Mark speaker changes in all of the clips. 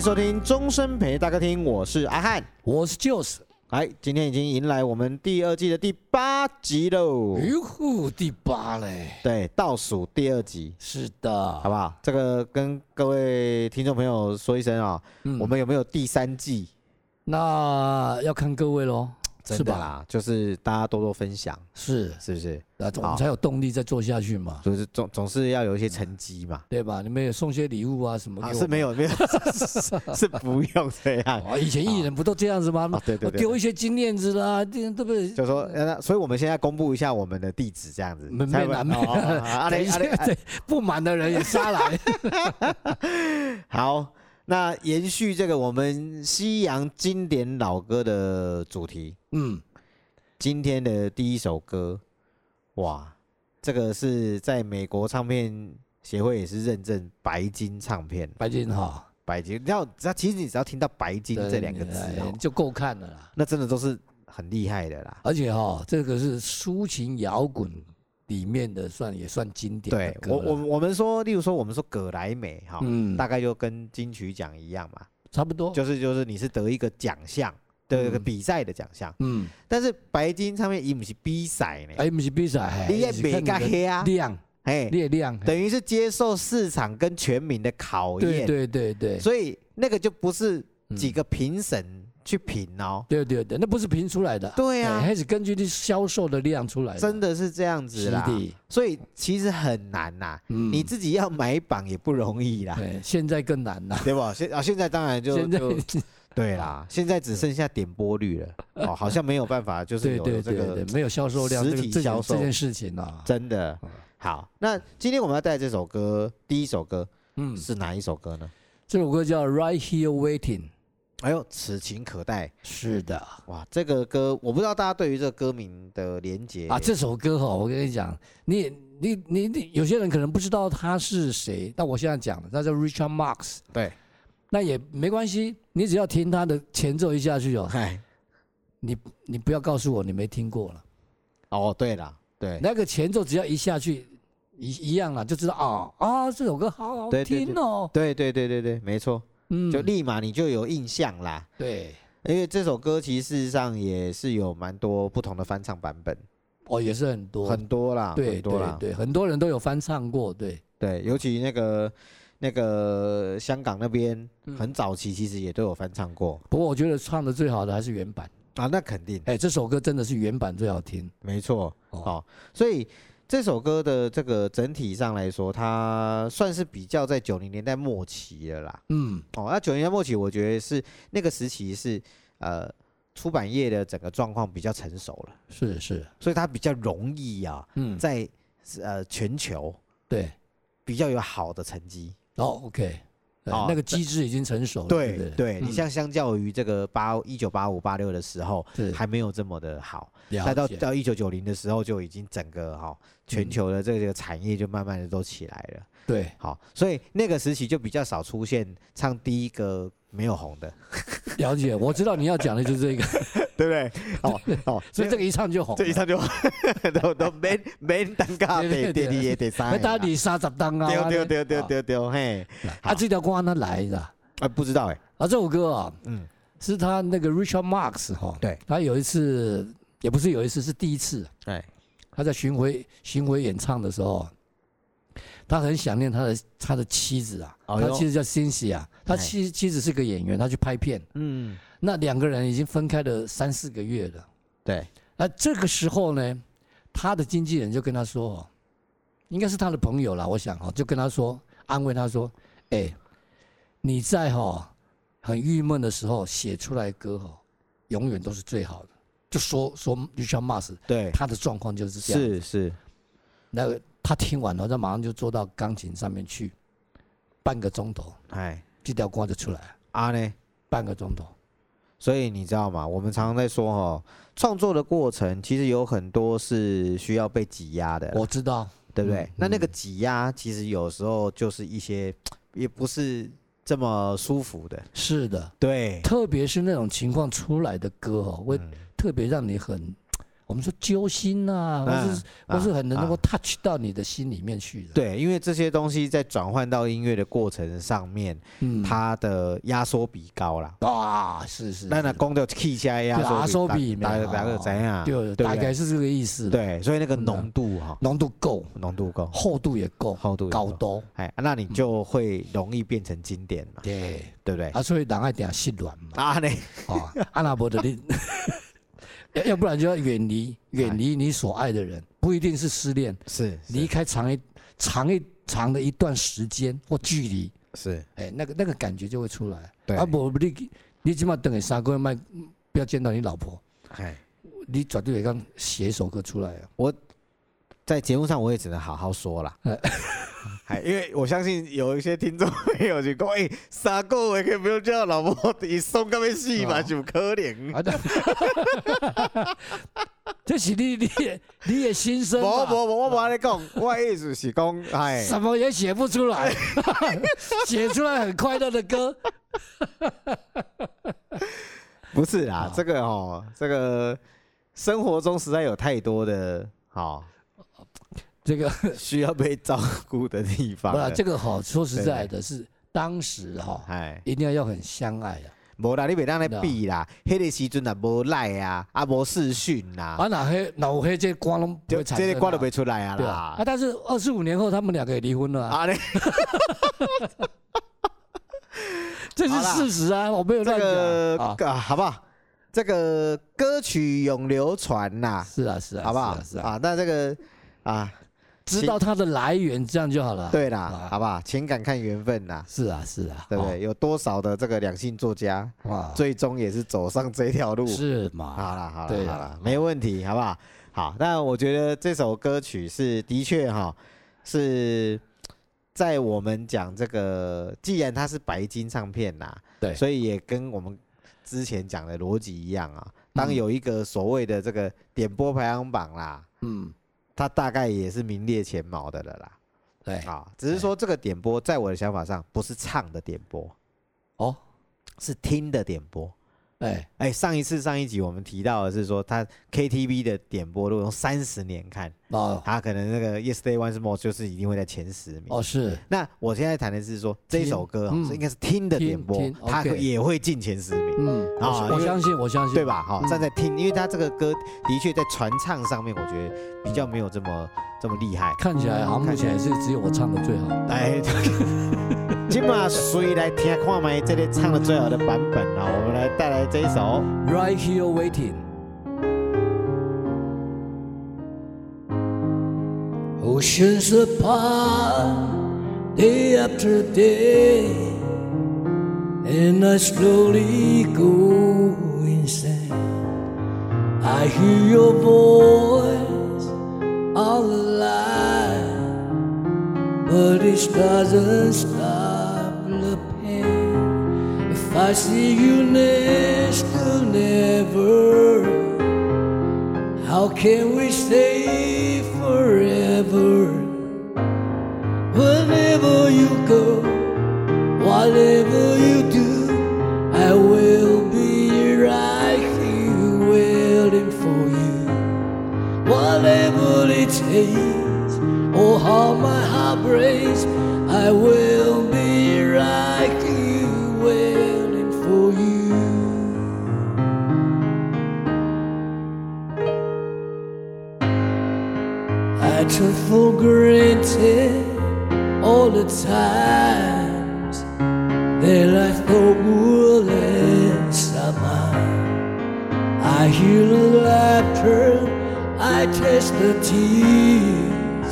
Speaker 1: 收听《终身陪大哥听》，我是阿汉。
Speaker 2: 我是 Juice，
Speaker 1: 哎，今天已经迎来我们第二季的第八集喽，
Speaker 2: 哎呦，第八嘞，
Speaker 1: 对，倒数第二集，
Speaker 2: 是的，
Speaker 1: 好不好？这个跟各位听众朋友说一声啊、
Speaker 2: 嗯
Speaker 1: 我们有没有第三季？
Speaker 2: 那要看各位喽，
Speaker 1: 真
Speaker 2: 是
Speaker 1: 的
Speaker 2: 吧？
Speaker 1: 啦，就是大家多多分享，
Speaker 2: 是，
Speaker 1: 是不是？
Speaker 2: 那我
Speaker 1: 好
Speaker 2: 们才有动力再做下去嘛，
Speaker 1: 就是总总是要有一些成绩嘛。
Speaker 2: 对吧？你们也送些礼物啊什么给
Speaker 1: 啊，
Speaker 2: 我？
Speaker 1: 是没有没有，是是是不用这样。
Speaker 2: 啊，以前艺人不都这样子吗？
Speaker 1: 啊对对对对
Speaker 2: 丢一些金链子啦，对对不对？
Speaker 1: 就说，呃那所以我们现在公布一下我们的地址，这样子。
Speaker 2: 没
Speaker 1: 才
Speaker 2: 没
Speaker 1: 会
Speaker 2: 啦没
Speaker 1: 哦哦哦啊
Speaker 2: 等
Speaker 1: 嘞
Speaker 2: 一
Speaker 1: 啊
Speaker 2: 下
Speaker 1: 嘞，啊
Speaker 2: 对，不满的人也杀来，
Speaker 1: 好，那延续这个我们西洋经典老歌的主题，
Speaker 2: 嗯，
Speaker 1: 今天的第一首歌，哇，这个是在美国唱片协会也是认证白金唱片，
Speaker 2: 白金哈，
Speaker 1: 白金，你知道，只要其实你只要听到白金
Speaker 2: 对
Speaker 1: 这两个字
Speaker 2: 哎
Speaker 1: 哦，
Speaker 2: 就够看了啦。
Speaker 1: 那真的都是很厉害的啦。
Speaker 2: 而且哈，这个是抒情摇滚里面的，算也算经典的
Speaker 1: 对
Speaker 2: 歌
Speaker 1: 我
Speaker 2: 了
Speaker 1: 我我们说，例如说我们说葛莱美哈，
Speaker 2: 嗯
Speaker 1: 大概就跟金曲奖一样嘛，
Speaker 2: 差不多，
Speaker 1: 就是就是你是得一个奖项，得一个
Speaker 2: 嗯
Speaker 1: 比赛的奖项，
Speaker 2: 嗯，
Speaker 1: 但是白金上面伊不是比赛呢，
Speaker 2: 哎，不是比赛，
Speaker 1: 你也
Speaker 2: 是看
Speaker 1: 没加
Speaker 2: 的
Speaker 1: 黑啊，
Speaker 2: 量，
Speaker 1: 哎，
Speaker 2: 列量，
Speaker 1: 等于是接受市场跟全民的考
Speaker 2: 对
Speaker 1: 验，
Speaker 2: 对对对，
Speaker 1: 所以那个就不是
Speaker 2: 嗯
Speaker 1: 几个评审去评哦，
Speaker 2: 对对对，那不是评出来的，
Speaker 1: 对啊
Speaker 2: 哎还是根据你销售的量出来的，
Speaker 1: 真的是这样子
Speaker 2: 是
Speaker 1: 啦，
Speaker 2: 的，
Speaker 1: 所以其实很难呐，
Speaker 2: 嗯
Speaker 1: 你自己要买榜也不容易啦，
Speaker 2: 对，现在更难了，
Speaker 1: 对吧？现啊现在当然哎就
Speaker 2: 现在
Speaker 1: 就对啦，现在只剩下点播率了，哦，好像没有办法，就是
Speaker 2: 对
Speaker 1: 有有
Speaker 2: 对
Speaker 1: 这
Speaker 2: 对对
Speaker 1: 个，
Speaker 2: 没有销售量，
Speaker 1: 实
Speaker 2: 这个
Speaker 1: 体
Speaker 2: 这件
Speaker 1: 销售
Speaker 2: 这件事情啊，
Speaker 1: 真的好。那今天我们要带这首歌，第一首歌
Speaker 2: 嗯，
Speaker 1: 是哪一首歌呢？
Speaker 2: 这首歌叫《Right Here Waiting》，
Speaker 1: 哎呦，此情可待
Speaker 2: 是的。
Speaker 1: 哇！这个歌我不知道大家对于这个歌名的连结
Speaker 2: 啊，这首歌哈、我跟你讲，你也你你你，有些人可能不知道他是谁，但我现在讲了，他叫 Richard Marx，
Speaker 1: 对，
Speaker 2: 那也没关系，你只要听他的前奏一下去哦，
Speaker 1: 哎
Speaker 2: 你你不要告诉我你没听过了，
Speaker 1: 哦，对啦，对
Speaker 2: 那个前奏只要一下去，一一样了，就知道啊啊，这首歌好好
Speaker 1: 对对
Speaker 2: 听哦，
Speaker 1: 对对对对对，没错，
Speaker 2: 嗯，
Speaker 1: 就立马你就有印象啦。
Speaker 2: 对，
Speaker 1: 因为这首歌其实事实上也是有蛮多不同的翻唱版本，
Speaker 2: 哦也是很多，
Speaker 1: 很多啦，
Speaker 2: 对
Speaker 1: 很多
Speaker 2: 对
Speaker 1: 啦，
Speaker 2: 对，很多人都有翻唱过，对，
Speaker 1: 对，尤其那个那个香港那边
Speaker 2: 嗯
Speaker 1: 很早期其实也都有翻唱过
Speaker 2: 不过我觉得唱的最好的还是原版，
Speaker 1: 啊，那肯定
Speaker 2: 哎，这首歌真的是原版最好听，
Speaker 1: 没错
Speaker 2: 哦
Speaker 1: 哦。所以这首歌的这个整体上来说，它算是比较在九零年代末期了啦。
Speaker 2: 嗯，
Speaker 1: 哦，那九零年代末期，我觉得是那个时期是呃出版业的整个状况比较成熟了，
Speaker 2: 是是，
Speaker 1: 所以它比较容易啊，
Speaker 2: 嗯，
Speaker 1: 在呃全球
Speaker 2: 对。
Speaker 1: 比较有好的成绩。
Speaker 2: 哦，OK，对
Speaker 1: 哦
Speaker 2: 那个机制已经成熟了，
Speaker 1: 对
Speaker 2: 对嗯
Speaker 1: 对
Speaker 2: 不
Speaker 1: 你像相较于这个八一九八五八六的时候，
Speaker 2: 是
Speaker 1: 还没有这么的好，再
Speaker 2: 了
Speaker 1: 到
Speaker 2: 解
Speaker 1: 到一九九零的时候，就已经整个哈、哦、全
Speaker 2: 嗯
Speaker 1: 球的这个产业就慢慢的都起来了。
Speaker 2: 对，
Speaker 1: 好，所以那个时期就比较少出现唱第一个没有红的，
Speaker 2: 了解，我知道你要讲的就是这个，
Speaker 1: 对不对？ 哦哦，
Speaker 2: 所以这
Speaker 1: 个
Speaker 2: 个一唱就红了，
Speaker 1: 这一唱就 都都没没人当咖啡，
Speaker 2: 对对
Speaker 1: 得
Speaker 2: 对
Speaker 1: 你也得三
Speaker 2: 哎那
Speaker 1: 个啦，
Speaker 2: 打你三十档啊，
Speaker 1: 丢丢
Speaker 2: 那
Speaker 1: 丢丢，丢丢嘿，
Speaker 2: 啊啊，这条瓜呢来的啊，
Speaker 1: 啊不知道哎，
Speaker 2: 这首歌啊，
Speaker 1: 嗯，
Speaker 2: 是他那个 Richard Marx 哈，
Speaker 1: 对，
Speaker 2: 他有一次也不是有一次，是第一次，
Speaker 1: 哎
Speaker 2: 他在巡回巡回演唱的时候。他很想念他的他的妻子啊，
Speaker 1: 哎
Speaker 2: 他
Speaker 1: 呦
Speaker 2: 妻子叫 Cindy 啊，他
Speaker 1: 哎
Speaker 2: 妻妻子是个演员，他去拍片，
Speaker 1: 嗯
Speaker 2: 那两个人已经分开了三四个月了。
Speaker 1: 对
Speaker 2: 那这个时候呢，他的经纪人就跟他说哦，应该是他的朋友啦，我想哦，就跟他说，安慰他说，哎、你在哈、哦、很郁闷的时候写出来的歌哦，永远都是最好的。就说说 Richard Mars
Speaker 1: 对
Speaker 2: 他的状况就是这样。
Speaker 1: 是是
Speaker 2: 那个他听完了，他马上就坐到钢琴上面去，半个钟头，
Speaker 1: 哎
Speaker 2: 这条光就出来了，
Speaker 1: 啊呢。
Speaker 2: 半个钟头。
Speaker 1: 所以你知道吗？我们常常在说哦，创作的过程其实有很多是需要被挤压的啦，
Speaker 2: 我知道，
Speaker 1: 对不对？
Speaker 2: 嗯
Speaker 1: 那那个挤压其实有时候就是一些也不是这么舒服的，
Speaker 2: 是的，
Speaker 1: 对，
Speaker 2: 特别是那种情况出来的歌哦，会
Speaker 1: 嗯
Speaker 2: 特别让你很，我们说揪心呐、
Speaker 1: 嗯
Speaker 2: 或是、或是很能
Speaker 1: 啊
Speaker 2: 够 touch 到你的心里面去的。，
Speaker 1: 对，因为这些东西在转换到音乐的过程上面，
Speaker 2: 嗯，
Speaker 1: 它的压缩比高啦。
Speaker 2: 啊，是是，
Speaker 1: 那那
Speaker 2: 是
Speaker 1: 讲到气下压
Speaker 2: 对压
Speaker 1: 缩
Speaker 2: 缩
Speaker 1: 比，
Speaker 2: 比
Speaker 1: 大概
Speaker 2: 没有哦
Speaker 1: 大概怎样？
Speaker 2: 对，
Speaker 1: 对
Speaker 2: 大
Speaker 1: 不
Speaker 2: 概
Speaker 1: 对？
Speaker 2: 是这个意思。，
Speaker 1: 对，所以那个
Speaker 2: 嗯
Speaker 1: 浓度哈，
Speaker 2: 浓度够，
Speaker 1: 浓度够，
Speaker 2: 厚度也够，
Speaker 1: 厚度也
Speaker 2: 高
Speaker 1: 够
Speaker 2: 度。嗯
Speaker 1: 哎，啊那你就会容易变成经典嘛，
Speaker 2: 对，
Speaker 1: 对不对？
Speaker 2: 啊，所以人爱点心软 嘛。
Speaker 1: 啊，那
Speaker 2: 啊，阿拉伯的你， 要要不然就要远离
Speaker 1: 哎
Speaker 2: 远离你所爱的人，不一定是失恋，
Speaker 1: 是
Speaker 2: 离
Speaker 1: 是
Speaker 2: 开长一长一长的一段时间或距离，
Speaker 1: 是，
Speaker 2: 哎，那个那个感觉就会出来。
Speaker 1: 对
Speaker 2: 啊，不你你起码等你三个月卖，不要见到你老婆，
Speaker 1: 哎，
Speaker 2: 你绝对会刚写一首歌出来啊。
Speaker 1: 在节目上我也只能好好说啦
Speaker 2: 哎。
Speaker 1: 哎，因为我相信有一些听众朋友就讲，哎，傻狗也可以不用叫老婆，你送干咩戏嘛，
Speaker 2: 哦
Speaker 1: 就可怜。
Speaker 2: 啊，对 这是你你的你的啊心声
Speaker 1: 无
Speaker 2: 嘛
Speaker 1: 无无，我无安尼讲，我的意思是 讲，哎，
Speaker 2: 什么也写不出来， 写出来很快乐的歌，
Speaker 1: 不是啦
Speaker 2: 啊，
Speaker 1: 这个哦，这个生活中实在有太多的 好
Speaker 2: 这个
Speaker 1: 需要被照顾的地方
Speaker 2: 不
Speaker 1: 了
Speaker 2: 啦，。这个哦好，说实
Speaker 1: 对
Speaker 2: 在的是，当时哈、
Speaker 1: 哎，
Speaker 2: 一定要要很相爱啊。
Speaker 1: 无啦，你袂当来
Speaker 2: 对啊
Speaker 1: 比啦，迄个时阵也无赖啊，啊无视讯啦，
Speaker 2: 啊，哪黑哪黑这光都不
Speaker 1: 就
Speaker 2: 会产
Speaker 1: 这
Speaker 2: 生、
Speaker 1: 个瓜都
Speaker 2: 会
Speaker 1: 袂出来啊
Speaker 2: 对啊。
Speaker 1: 啦
Speaker 2: 啊，。但是二十五年后他们两个也离婚了、啊，
Speaker 1: 啊，你
Speaker 2: 这是
Speaker 1: 好啦
Speaker 2: 事实啊，我没有
Speaker 1: 这
Speaker 2: 乱
Speaker 1: 个
Speaker 2: 讲啊。
Speaker 1: 啊，好不好？这个歌曲永流传呐，
Speaker 2: 是啊，是
Speaker 1: 好
Speaker 2: 啊，
Speaker 1: 不
Speaker 2: 是
Speaker 1: 好
Speaker 2: 啊，是？啊，
Speaker 1: 啊，那这个啊，
Speaker 2: 知道它的来源，这样就好了。，
Speaker 1: 对
Speaker 2: 啊
Speaker 1: 啦，好不好？情感看缘分呐，
Speaker 2: 是啊，是啊，
Speaker 1: 对不对？有多少的这个两性作家，
Speaker 2: 啊？哇，
Speaker 1: 最终也是走上这条路。
Speaker 2: 是嘛？
Speaker 1: 好了好
Speaker 2: 对
Speaker 1: 了
Speaker 2: 啊
Speaker 1: 好了，没问题，好不好？好，那我觉得这首歌曲是的确哈，是在我们讲这个，既然它是白金唱片呐，
Speaker 2: 对
Speaker 1: 所以也跟我们之前讲的逻辑一样啊。当
Speaker 2: 嗯
Speaker 1: 有一个所谓的这个点播排行榜啦，
Speaker 2: 嗯，
Speaker 1: 它大概也是名列前茅的了啦。
Speaker 2: 对，
Speaker 1: 啊，只是说这个点播，在我的想法上，不是唱的点播，
Speaker 2: 哦，
Speaker 1: 是听的点播。
Speaker 2: 哎，
Speaker 1: 哎，上一次上一集我们提到的是说，他 KTV 的点播如果用三十年看，
Speaker 2: 哦，
Speaker 1: 他可能那个 Yesterday Once More 就是一定会在前十名。
Speaker 2: 哦，是
Speaker 1: 那我现在谈的是说这首歌啊
Speaker 2: 嗯，
Speaker 1: 是应该是听的点播
Speaker 2: 听听，
Speaker 1: 它
Speaker 2: OK
Speaker 1: 也会进前十名，
Speaker 2: 嗯，
Speaker 1: 啊
Speaker 2: 我我
Speaker 1: 因为
Speaker 2: 相信，我相信，
Speaker 1: 对？吧？哈，
Speaker 2: 嗯
Speaker 1: 站在听，因为它这个歌的确在传唱上面，我觉得比较没有这么这么厉害。
Speaker 2: 看起来好像目
Speaker 1: 嗯看起
Speaker 2: 前
Speaker 1: 来
Speaker 2: 也是只有我唱的最好。
Speaker 1: 哎， 今晚谁来听看麦这个唱的最好的版本啊？我们来带来这一首。
Speaker 2: Right here waiting。Oceans apart, day after day, and I slowly go insane. I hear your voice all alive, but it doesn't stop the pain. If I see you next to never, how can we stay forever? Wherever you go, whatever you do, I will be right here waiting for you. Whatever it takes, oh how my heart breaks, I will be right here waiting for you. I took for granted all the times that I thought would end somehow. I hear the laughter, I taste the tears,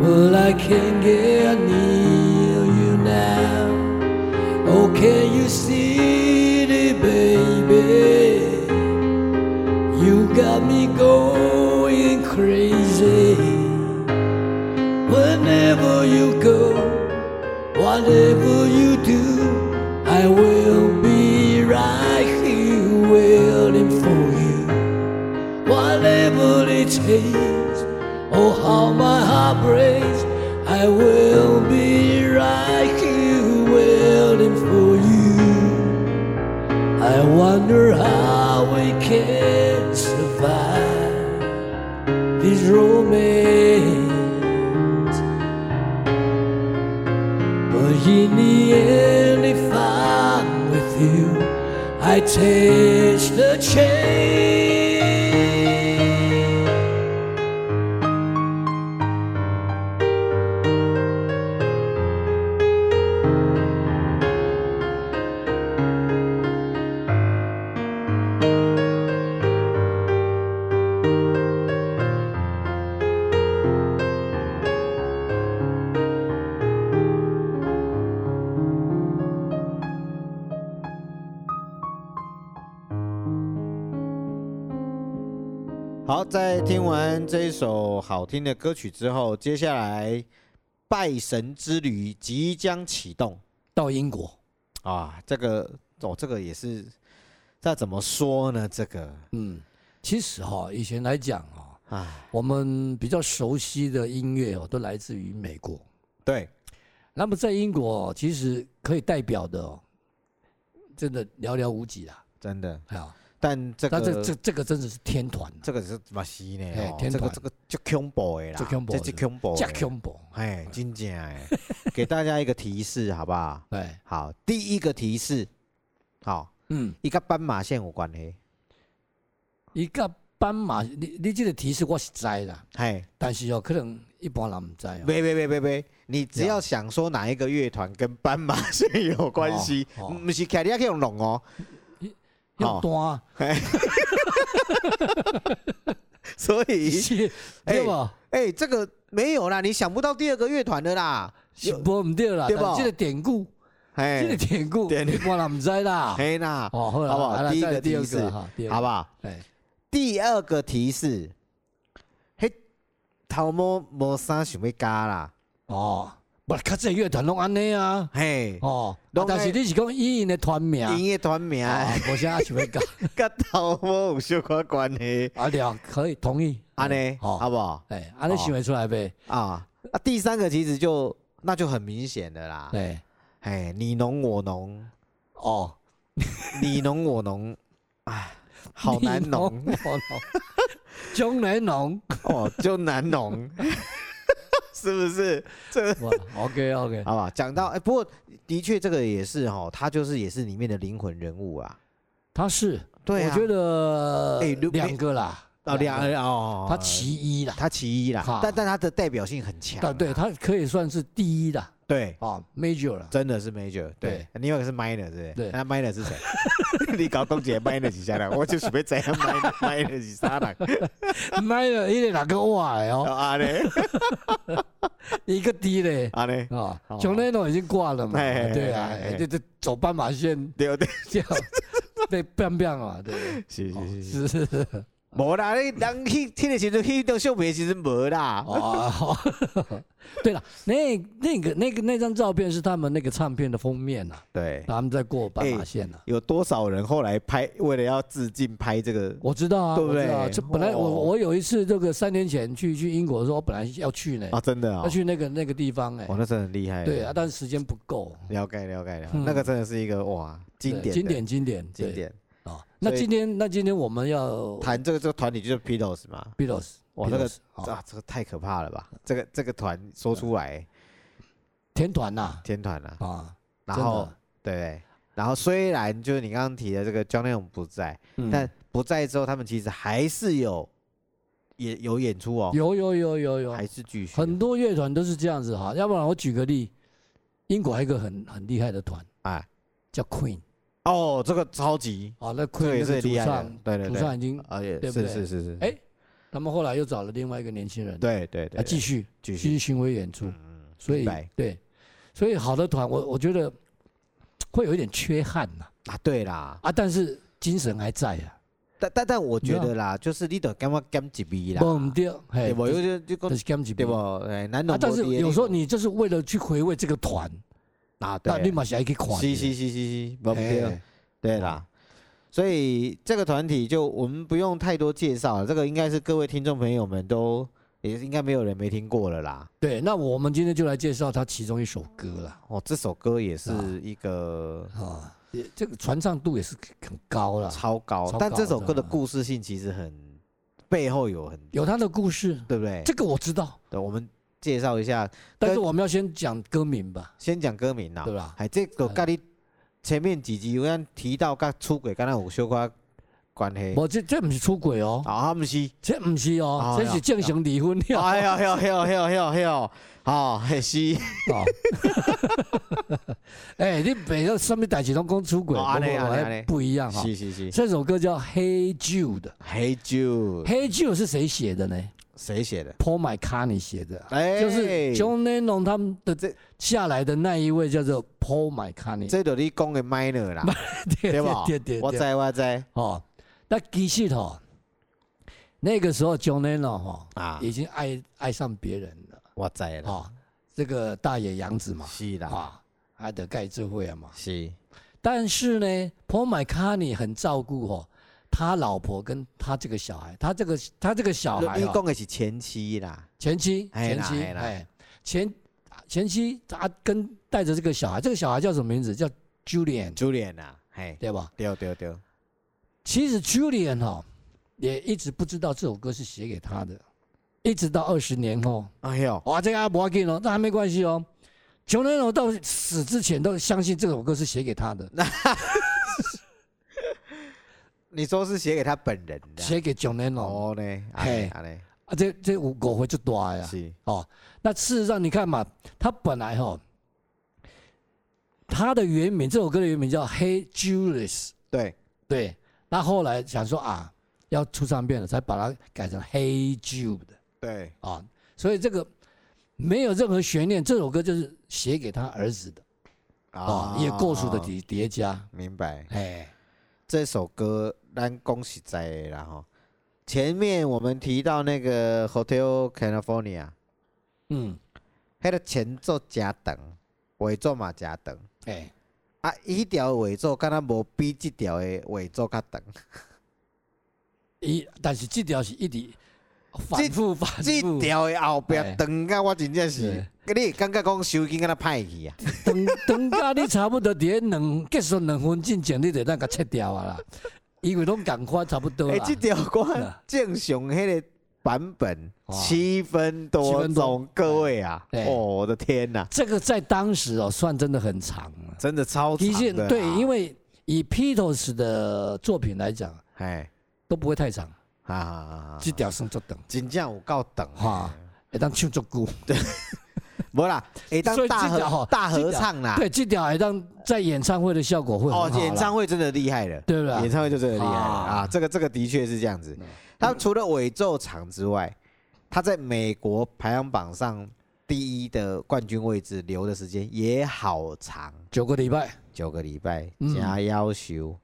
Speaker 2: but I can't get near you now. Oh, can you see it, baby? You got me going crazy. Whenever you go, Whatever you do, I will be right here waiting for you. Whatever it takes, oh how my heart breaks, I will be right here waiting for you. I wonder how we can survive. this romance. But in the end, if I'm with you, I taste the change.
Speaker 1: 好，在听完这一首好听的歌曲之后，接下来拜神之旅即将启动
Speaker 2: 到英国，
Speaker 1: 啊！这个哦，这个也是，这怎么说呢？这个
Speaker 2: 嗯，其实哈、以前来讲哦，
Speaker 1: 啊，
Speaker 2: 我们比较熟悉的音乐哦，都来自于美国。
Speaker 1: 对，
Speaker 2: 那么在英国、哦，其实可以代表的、哦，真的寥寥无几啦。
Speaker 1: 真的，
Speaker 2: 啊，
Speaker 1: 但这个
Speaker 2: 但这这这个真的是天团、啊，
Speaker 1: 这个是巴西呢
Speaker 2: 嘿，
Speaker 1: 哦
Speaker 2: 天
Speaker 1: 这个
Speaker 2: 团
Speaker 1: 这个就 combo 的啦，
Speaker 2: 很恐怖
Speaker 1: 这就 combo，
Speaker 2: 加 combo，
Speaker 1: 哎，真正哎， 给大家一个提示好不好？
Speaker 2: 对，
Speaker 1: 好，第一个提示，好，
Speaker 2: 嗯，
Speaker 1: 一个斑马线有关系，
Speaker 2: 一个斑马，你你这个提示我是知啦，
Speaker 1: 嘿，
Speaker 2: 但是哦，可能一般人唔知哦。
Speaker 1: 别别别别别，你只
Speaker 2: 啊
Speaker 1: 要想说哪一个乐团跟斑马线有关系，
Speaker 2: 哦哦
Speaker 1: 不是凯利亚可以用龙 哦，
Speaker 2: 要单
Speaker 1: 所以
Speaker 2: 是，
Speaker 1: 哎
Speaker 2: 对吧？
Speaker 1: 哎，这个没有啦，你想不到第二个乐团的啦，
Speaker 2: 是无唔对啦，
Speaker 1: 对吧
Speaker 2: 但这个典故，这个
Speaker 1: 哎，
Speaker 2: 典故
Speaker 1: 典故
Speaker 2: 一般人唔知啦。
Speaker 1: 嘿啦，
Speaker 2: 哦，好啦，
Speaker 1: 好不好
Speaker 2: 啊
Speaker 1: 第一
Speaker 2: 再来
Speaker 1: 个
Speaker 2: 第二
Speaker 1: 提示
Speaker 2: 个哈，第
Speaker 1: 好
Speaker 2: 二
Speaker 1: 不
Speaker 2: 个，
Speaker 1: 好？
Speaker 2: 哎，
Speaker 1: 第二个提示，嘿，头毛无啥想要加啦，
Speaker 2: 哦，不，较这乐团拢安尼啊，
Speaker 1: 嘿，
Speaker 2: 哦，
Speaker 1: 哎
Speaker 2: 啊
Speaker 1: 拢
Speaker 2: 但是
Speaker 1: 爱
Speaker 2: 你是讲伊因的团名，
Speaker 1: 音乐团名
Speaker 2: 啊，无啥想 要讲，
Speaker 1: 甲头毛有小可关系，
Speaker 2: 啊，了，可以同意，
Speaker 1: 安尼哦好
Speaker 2: 好，
Speaker 1: 不好？
Speaker 2: 哎，安尼想得出来呗，
Speaker 1: 啊，啊，第三个其实就那就很明显的啦，
Speaker 2: 对，
Speaker 1: 哎，你侬我 侬，
Speaker 2: 哦，
Speaker 1: 你侬我侬，哎，好难
Speaker 2: 你
Speaker 1: 弄
Speaker 2: 弄， 好浓，中难浓，
Speaker 1: 哦，就难弄， 是不是？
Speaker 2: 哇，OK OK，
Speaker 1: 好吧，讲到哎，不过的确这个也是哦，他就是也是里面的灵魂人物啊。
Speaker 2: 他是，
Speaker 1: 对啊，
Speaker 2: 我觉得
Speaker 1: 哎如
Speaker 2: 两个啦，
Speaker 1: 哦，两
Speaker 2: 个，
Speaker 1: 哦，
Speaker 2: 他其一啦，
Speaker 1: 他其一啦
Speaker 2: 哈，
Speaker 1: 但但他的代表性很强啊。
Speaker 2: 但对他可以算是第一啦，
Speaker 1: 对，
Speaker 2: 啊，major 啦，
Speaker 1: 真的是 major，对，另外一个是 minor，对不对
Speaker 2: 对？
Speaker 1: 那 minor 是谁？ 你搞东姐 minor 是啥人？我就准备知影 minor minor 是啥人。
Speaker 2: major 一个两个哇的哦，
Speaker 1: 啊嘞
Speaker 2: 一个 D 嘞，
Speaker 1: 啊嘞，
Speaker 2: 啊
Speaker 1: 哦，
Speaker 2: 琼内诺已经挂了嘛，
Speaker 1: 哎哎
Speaker 2: 对啊
Speaker 1: 哎哎，
Speaker 2: 这这走斑马线
Speaker 1: 对对，
Speaker 2: 这样被 biang biang 啊，对不
Speaker 1: 是
Speaker 2: 对，
Speaker 1: 哦是是，
Speaker 2: 是是是，
Speaker 1: 无啦，你人去 听的时阵去到秀梅其实无啦。
Speaker 2: 哦，好对了，那那个那个那张照片是他们那个唱片的封面呐，
Speaker 1: 对，
Speaker 2: 他们在过斑马线呐，
Speaker 1: 有多少人后来拍为了要致敬拍这个？
Speaker 2: 我知道啊，
Speaker 1: 对不
Speaker 2: 我知道啊
Speaker 1: 对
Speaker 2: 这本来我
Speaker 1: 哦
Speaker 2: 我有一次这个三年前去去英国的时候，我本来要去呢
Speaker 1: 啊，，哦真的
Speaker 2: 要
Speaker 1: 啊，
Speaker 2: 去那个那个地方哎
Speaker 1: 哇，，那真的很厉害。
Speaker 2: 对啊，，但是时间不够，
Speaker 1: 了解了解了解，
Speaker 2: 嗯
Speaker 1: 那个真的是一个哇经
Speaker 2: 对
Speaker 1: 典
Speaker 2: 经
Speaker 1: 的
Speaker 2: 典经典
Speaker 1: 经
Speaker 2: 对
Speaker 1: 典。
Speaker 2: 啊，那
Speaker 1: 所以
Speaker 2: 今天那今天我们要
Speaker 1: 谈这个这个团体就是 Beatles 嘛，
Speaker 2: Beatles，
Speaker 1: 哇这个
Speaker 2: Beatles，啊
Speaker 1: 啊，这个太可怕了吧！这个这个团说出来
Speaker 2: 天团呐
Speaker 1: 天团了，
Speaker 2: 啊，
Speaker 1: 然
Speaker 2: 真的
Speaker 1: 后对对，然后虽然就是你刚刚提的这个 John Lennon 不在，
Speaker 2: 嗯
Speaker 1: 但不在之后，他们其实还是有也有演出哦，
Speaker 2: 有有有有有
Speaker 1: 还，是继续
Speaker 2: 很多乐团都是这样子哈。要不然我举个例，英国还有一个很很厉害的团
Speaker 1: 哎
Speaker 2: 叫 Queen
Speaker 1: 哦，这个超级
Speaker 2: 啊，那
Speaker 1: 这个
Speaker 2: Queen
Speaker 1: 也是
Speaker 2: 那个
Speaker 1: 很
Speaker 2: 主
Speaker 1: 厉害的
Speaker 2: 唱，
Speaker 1: 对对
Speaker 2: 主
Speaker 1: 对，
Speaker 2: 唱已经，
Speaker 1: 而且
Speaker 2: 对不
Speaker 1: 是
Speaker 2: 对
Speaker 1: 是是是，
Speaker 2: 哎他们后来又找了另外一个年轻人，
Speaker 1: 对对对
Speaker 2: 啊，，继续
Speaker 1: 继
Speaker 2: 继
Speaker 1: 续
Speaker 2: 续巡回演出
Speaker 1: 嗯，嗯
Speaker 2: 所
Speaker 1: 明
Speaker 2: 以
Speaker 1: 白
Speaker 2: 对，所以好的团我我觉得会有一点缺憾呐
Speaker 1: 啊，对啦，
Speaker 2: 啊，但是精神还在啊，
Speaker 1: 但但但我觉
Speaker 2: 你知
Speaker 1: 得啦，就是你得干嘛干几逼啦，
Speaker 2: 不唔对，
Speaker 1: 对
Speaker 2: 嘿，
Speaker 1: 不？
Speaker 2: 就
Speaker 1: 有
Speaker 2: 是
Speaker 1: 就就讲
Speaker 2: 就是减几
Speaker 1: 对
Speaker 2: 遍
Speaker 1: 不？哎，难
Speaker 2: 啊
Speaker 1: 懂。，
Speaker 2: 但是有时候你就是为了去回味这个团，
Speaker 1: 啊，
Speaker 2: 那立
Speaker 1: 对，
Speaker 2: 马想去看的。
Speaker 1: 是是是是是，不啊对
Speaker 2: 哎，
Speaker 1: 对啦。所以这个团体就我们不用太多介绍了，这个应该是各位听众朋友们都也应该没有人没听过了啦。
Speaker 2: 对，那我们今天就来介绍他其中一首歌啦。
Speaker 1: 哦，这首歌也
Speaker 2: 啊
Speaker 1: 是一个
Speaker 2: 啊，也这个传唱度也是很高啦。
Speaker 1: 超高
Speaker 2: 啊超，
Speaker 1: 但
Speaker 2: 高
Speaker 1: 这首歌的
Speaker 2: 的啊
Speaker 1: 故事性其实很背后有很，
Speaker 2: 有他的故事，
Speaker 1: 对不对？
Speaker 2: 这个我知道，
Speaker 1: 对，我们介绍一下，
Speaker 2: 但
Speaker 1: 跟
Speaker 2: 是我们要先讲歌名吧，
Speaker 1: 先讲歌名啦
Speaker 2: 对，哎吧？
Speaker 1: 还这个跟你前面几集有咱提到跟出轨，刚才有小可关系，
Speaker 2: 我这这不是出轨哦，
Speaker 1: 啊，他们是，
Speaker 2: 这不是哦
Speaker 1: 哦，
Speaker 2: 这是正常离婚了。
Speaker 1: 哎呦呦呦呦呦呦，哦，嘿 是，
Speaker 2: 哦，哎，你别要什么代志都讲出轨，
Speaker 1: 哦安尼
Speaker 2: 不不不
Speaker 1: 安尼
Speaker 2: 哎
Speaker 1: 安尼
Speaker 2: 不一样哈。
Speaker 1: 是是是，
Speaker 2: 这首歌叫《黑 Jude》的，
Speaker 1: 黑
Speaker 2: 《
Speaker 1: 酒
Speaker 2: 黑 Jude》是谁写的呢
Speaker 1: 谁写的？
Speaker 2: ？Paul McCartney 写的，
Speaker 1: 哎
Speaker 2: 就是 John Lennon 他们的
Speaker 1: 这
Speaker 2: 下来的那一位叫做 Paul McCartney，
Speaker 1: 这就你讲的 minor 啦，
Speaker 2: 对
Speaker 1: 对吧
Speaker 2: 对对，
Speaker 1: 我
Speaker 2: 对
Speaker 1: 知我知
Speaker 2: 哦，那其实哦，那个时候 John Lennon 哈、
Speaker 1: 啊，
Speaker 2: 已经爱爱上别人了
Speaker 1: 我知啦，
Speaker 2: 哦，这个大野洋子嘛，
Speaker 1: 是啦，
Speaker 2: 啊，阿德盖智慧啊嘛。
Speaker 1: 是
Speaker 2: 但是呢，Paul McCartney 很照顾哦，他老婆跟他这个小孩，他这个他这个小孩、
Speaker 1: 你
Speaker 2: 哦、
Speaker 1: 讲的是前妻啦，
Speaker 2: 前妻
Speaker 1: 哎
Speaker 2: 前
Speaker 1: 啦
Speaker 2: 妻
Speaker 1: 哎啦
Speaker 2: 哎前前妻他跟带着这个小孩，这个小孩叫什么名字？叫 Julian
Speaker 1: 朱莲啦，嘿，
Speaker 2: 对吧？
Speaker 1: 对对对，
Speaker 2: 其实 Julian 哦，也一直不知道这首歌是写给他的，一直到二十年后，
Speaker 1: 哎呦，
Speaker 2: 哇，这个不要紧哦，那还没关系哦。琼恩哦，到死之前都相信这首歌是写给他的，
Speaker 1: 你说是写给他本人的啊，
Speaker 2: 写给琼恩哦。
Speaker 1: 哦呢，
Speaker 2: 嘿
Speaker 1: 哎哎，
Speaker 2: 啊，这这五狗回就大呀。
Speaker 1: 是
Speaker 2: 哦，那事实上你看嘛，他本来哦，他的原名这首歌的原名叫《Hey Julius》，
Speaker 1: 对，
Speaker 2: 对。那后来想说啊，要出唱片了，才把它改成《Hey Jude》的。
Speaker 1: 对，
Speaker 2: 啊，所以这个没有任何悬念，这首歌就是写给他儿子的啊，也够数的叠叠加，
Speaker 1: 哦明白。
Speaker 2: 哎，
Speaker 1: 这首歌咱恭喜在的啦吼。前面我们提到那个 Hotel California，
Speaker 2: 嗯，
Speaker 1: 迄个前奏加长，尾奏嘛加长。
Speaker 2: 哎，
Speaker 1: 啊，迄条的尾奏敢若无比即条的尾奏较长，
Speaker 2: 一但是这条是一直
Speaker 1: 这
Speaker 2: 反复反
Speaker 1: 即
Speaker 2: 复，
Speaker 1: 条的后壁
Speaker 2: 哎
Speaker 1: 长到我真正是你
Speaker 2: 是，
Speaker 1: 会感觉讲收音敢若歹去啊？
Speaker 2: 等等到你差不多伫两结束两分钟前，你就咱甲切掉啊啦，因为拢共款差不多
Speaker 1: 诶，
Speaker 2: 啦
Speaker 1: 即，条歌
Speaker 2: 啊
Speaker 1: 正常迄个版本
Speaker 2: 哇
Speaker 1: 七分
Speaker 2: 七
Speaker 1: 多
Speaker 2: 分多
Speaker 1: 钟，各位啊，
Speaker 2: 哎
Speaker 1: 哦，我的天呐，
Speaker 2: 这个在当时哦算真的很长了，
Speaker 1: 真的超长
Speaker 2: 极限
Speaker 1: 的啊
Speaker 2: 对，因为以 Beatles 的作品来讲
Speaker 1: 哎
Speaker 2: 都不会太长，
Speaker 1: 啊啊啊啊
Speaker 2: 这条算足长。
Speaker 1: 真正有够长
Speaker 2: 哈
Speaker 1: 哈，
Speaker 2: 会当唱足久，
Speaker 1: 无啦，会当
Speaker 2: 所以
Speaker 1: 大
Speaker 2: 这条
Speaker 1: 合
Speaker 2: 吼
Speaker 1: 大合唱啦，
Speaker 2: 对，这条会当在演唱会的效果会很好
Speaker 1: 啊哦
Speaker 2: 啦、，
Speaker 1: 演唱会真的厉害了，
Speaker 2: 对不对
Speaker 1: 演唱会就真的厉害了
Speaker 2: 啊
Speaker 1: 啊，这个这个的确是这样子
Speaker 2: 嗯。
Speaker 1: 他除了尾奏场之外，他在美国排行榜上第一的冠军位置留的时间也好长，
Speaker 2: 九个礼拜，
Speaker 1: 九个礼拜
Speaker 2: 嗯
Speaker 1: 加要求，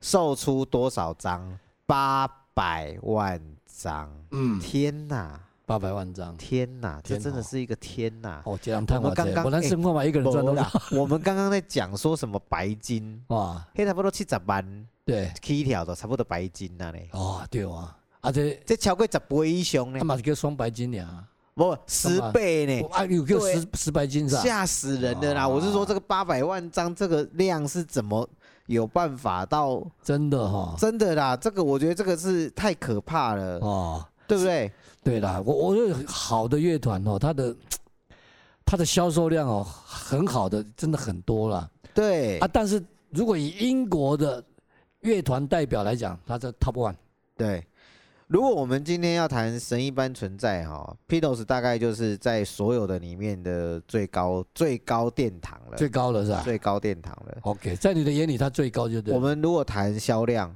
Speaker 1: 售出多少张？八百万张！
Speaker 2: 嗯，
Speaker 1: 天哪，
Speaker 2: 八百万张，
Speaker 1: 天哪，这
Speaker 2: 天
Speaker 1: 真的
Speaker 2: 哦
Speaker 1: 是一个天哪！
Speaker 2: 哦，这样探我
Speaker 1: 我刚
Speaker 2: 这，
Speaker 1: 刚哎
Speaker 2: 我咱生活嘛一个人赚
Speaker 1: 没
Speaker 2: 多
Speaker 1: 啦
Speaker 2: 少？，
Speaker 1: 我们刚刚在讲说什么白金，
Speaker 2: 哇，
Speaker 1: 迄差不多七十万
Speaker 2: 对，
Speaker 1: 起跳就差不多白金啦呢，
Speaker 2: 哦，对啊，啊这
Speaker 1: 这超过十倍以上
Speaker 2: 他
Speaker 1: 呢，
Speaker 2: 嘛是叫双白金俩，
Speaker 1: 无十倍
Speaker 2: 我
Speaker 1: 呢，
Speaker 2: 啊有叫
Speaker 1: 哎对啊
Speaker 2: 十十白金是吧？
Speaker 1: 吓死人的啦！
Speaker 2: 哇
Speaker 1: 我是说这个八百万张这个量是怎么有办法到
Speaker 2: 真的哈、
Speaker 1: 真的啦？这个我觉得这个是太可怕
Speaker 2: 哦，
Speaker 1: 了，对不对？
Speaker 2: 对啦，我我觉得好的乐团哦，它的它的销售量哦很好的，真的很多啦。
Speaker 1: 对
Speaker 2: 啊，但是如果以英国的乐团代表来讲，他这 top one
Speaker 1: 对。如果我们今天要谈神一般存在哈，Beatles 大概就是在所有的里面的最高最高殿堂了，
Speaker 2: 最高了是吧
Speaker 1: 最高殿堂了。
Speaker 2: ？OK，在你的眼里，他最高就对了。
Speaker 1: 我们如果谈销量，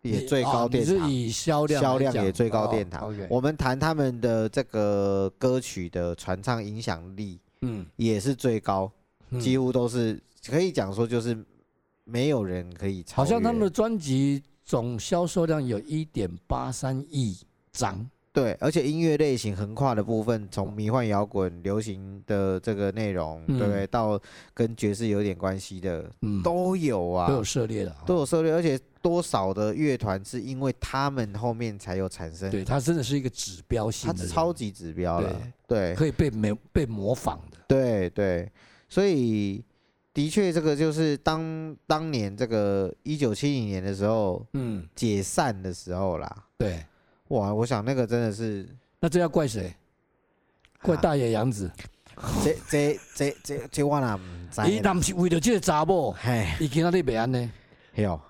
Speaker 1: 也
Speaker 2: 你
Speaker 1: 最高
Speaker 2: 哦
Speaker 1: 殿
Speaker 2: 你
Speaker 1: 堂
Speaker 2: 是，以销量来
Speaker 1: 销量
Speaker 2: 讲
Speaker 1: 也最高殿堂。
Speaker 2: 哦 OK，
Speaker 1: 我们谈他们的这个歌曲的传唱影响力
Speaker 2: 嗯，
Speaker 1: 也是最高，
Speaker 2: 嗯
Speaker 1: 几乎都是可以讲说就是没有人可以超
Speaker 2: 好
Speaker 1: 越。
Speaker 2: 像他们的专辑总销售量有一点八三亿张，
Speaker 1: 对，而且音乐类型横跨的部分，从迷幻摇滚、流行的这个内容，
Speaker 2: 嗯
Speaker 1: 对不对？到跟爵士有点关系的
Speaker 2: 嗯，
Speaker 1: 都有啊，
Speaker 2: 都有涉猎哦了。
Speaker 1: 都有涉猎，而且多少的乐团是因为他们后面才有产生
Speaker 2: 对，他真的是一个指标性
Speaker 1: 它
Speaker 2: 的人，
Speaker 1: 超级指标了，对
Speaker 2: 可以被模被模仿的。
Speaker 1: 对对，所以的确这个就是当当年这个一九七零年的时候
Speaker 2: 嗯，
Speaker 1: 解散的时候啦，
Speaker 2: 对，
Speaker 1: 哇，我想那个真的是
Speaker 2: 那这要怪谁？
Speaker 1: 啊
Speaker 2: 怪大野洋子，
Speaker 1: 这这这这这我哪唔知
Speaker 2: 伊
Speaker 1: 啦，
Speaker 2: 若不是为了这个查某，
Speaker 1: 嘿，
Speaker 2: 伊今仔日袂安尼，
Speaker 1: 有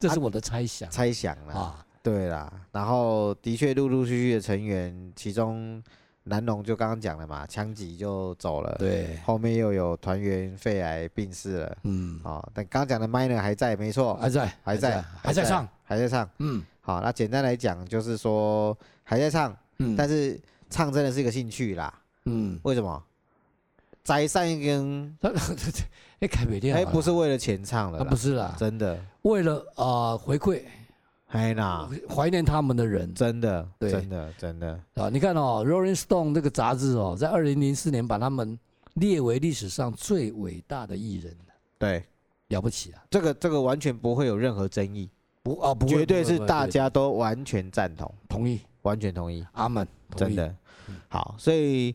Speaker 2: 这是我的猜想
Speaker 1: 猜想啦，
Speaker 2: 啊。
Speaker 1: 对啦，然后的确陆陆续续的成员，其中南龙就刚刚讲了嘛，枪击就走了，，
Speaker 2: 对，
Speaker 1: 后面又有团员肺癌病逝了，
Speaker 2: 嗯，
Speaker 1: 哦，但刚讲的 Miner 还在，没错，
Speaker 2: 还在，
Speaker 1: 还在，
Speaker 2: 还在唱，，
Speaker 1: 还在唱。
Speaker 2: 嗯
Speaker 1: 好，那简单来讲就是说还在唱，
Speaker 2: 嗯，
Speaker 1: 但是唱真的是一个兴趣啦。
Speaker 2: 嗯，
Speaker 1: 为什么？宅上一根，
Speaker 2: 他哎开美店，
Speaker 1: 哎，不是，为了钱唱了
Speaker 2: 啊
Speaker 1: 啦，
Speaker 2: 不是啦，
Speaker 1: 真的，
Speaker 2: 为了啊回馈
Speaker 1: 哎呐，
Speaker 2: 怀念他们的人
Speaker 1: 真的，
Speaker 2: 对
Speaker 1: 真的，真的，
Speaker 2: 啊，你看哦，《Rolling Stone》这个杂志哦，在二零零四年把他们列为历史上最伟大的艺人，
Speaker 1: 对，
Speaker 2: 了不起啊！
Speaker 1: 这个这个完全不会有任何争议，
Speaker 2: 不啊，不会，
Speaker 1: 绝对
Speaker 2: 不会
Speaker 1: 是
Speaker 2: 不会
Speaker 1: 大
Speaker 2: 对
Speaker 1: 家都完全赞同，
Speaker 2: 同意，
Speaker 1: 完全同意。
Speaker 2: 阿门，同
Speaker 1: 真
Speaker 2: 意，嗯
Speaker 1: 的。好，所以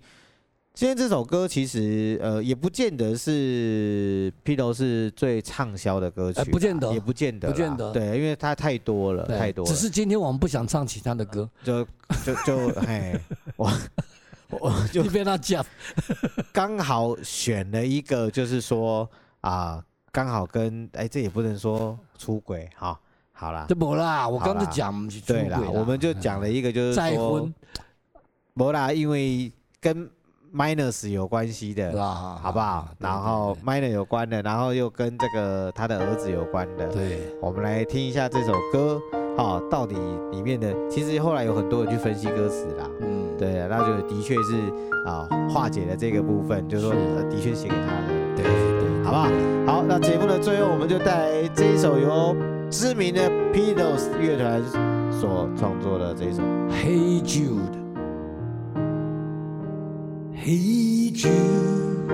Speaker 1: 今天这首歌其实呃也不见得是披头是最畅销的歌曲啦、
Speaker 2: 呃不见得
Speaker 1: 啊也不见得，
Speaker 2: 不见得
Speaker 1: 对，因为它太多了，
Speaker 2: 对
Speaker 1: 太多了，啊
Speaker 2: 只是今天我们不想唱其他的歌，
Speaker 1: 就就就 嘿，我我就
Speaker 2: 你别他讲，
Speaker 1: 刚好选了一个，就是说啊、刚好跟哎、这也不能说出轨，好，好啦
Speaker 2: 这。不啦，我刚
Speaker 1: 好
Speaker 2: 才
Speaker 1: 啦
Speaker 2: 讲不是出
Speaker 1: 对
Speaker 2: 轨
Speaker 1: 啦
Speaker 2: 啦，，嗯
Speaker 1: 我们就讲了一个，就是
Speaker 2: 再
Speaker 1: 说
Speaker 2: 婚，，
Speaker 1: 不啦，因为跟 minus 有关系的
Speaker 2: 对，吧？
Speaker 1: 好不好？
Speaker 2: 对
Speaker 1: 然后 minor 有关的，然后又跟这个他的儿子有关
Speaker 2: 对
Speaker 1: 的，
Speaker 2: 对，
Speaker 1: 我们来听一下这首歌，哦，到底里面的，其实后来有很多人去分析歌词啦，
Speaker 2: 嗯，
Speaker 1: 对，啊那就的确是啊化解了这个部分，就是说
Speaker 2: 是
Speaker 1: 呃的确写给他的，
Speaker 2: 对对，
Speaker 1: 好不好？好，那节目的最后，我们就带来这一首由知名的 Beatles 乐团所创作的这一首。
Speaker 2: Hey Jude. Hey Jude,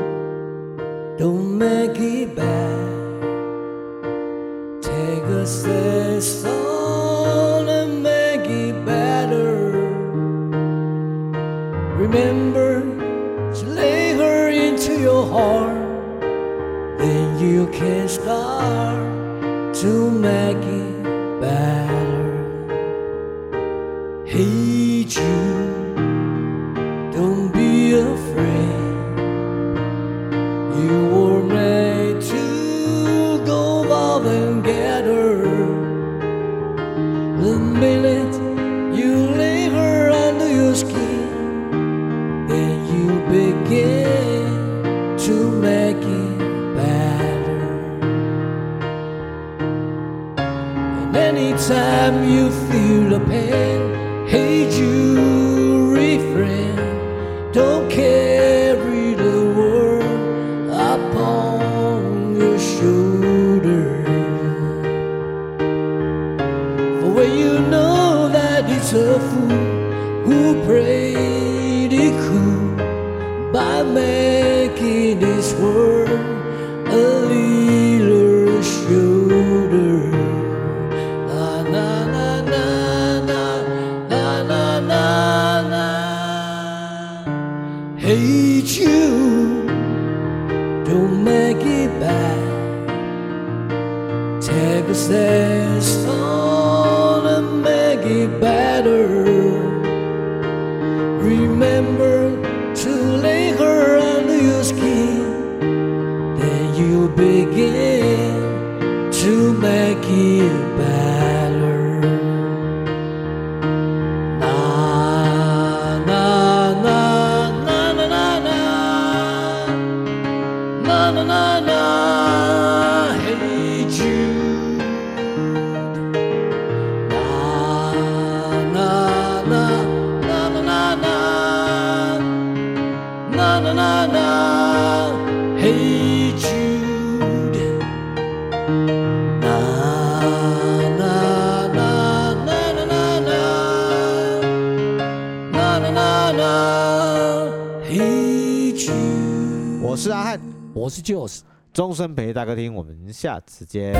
Speaker 2: don't make it bad. Take a sad song and make it better. Remember to lay her into your heart. Then you can start to make it better. Hate you, don't be afraid. You were made to go out and get her. The minute you leave her under your skin, then you begin to make it better. And anytime you feel a pain, hey you refrain. Don't carry the world upon your shoulders. For when you know that it's a fool who prayed it cool by making this world a little shorter. Na na na na na na na na na. Hate you, don't make it bad. Take a sad song and make it better. Remember to lay her under your skin, then you begin to make it better. Na na na na na na na. Na na na na, hey Jude. Na na na, na na na na, na na na na, hey Jude. Na na na na na na na. Na na na na, hey Jude.
Speaker 1: 我是阿汉，
Speaker 2: 我是 Jules。
Speaker 1: 终身陪大哥听，我们下次见。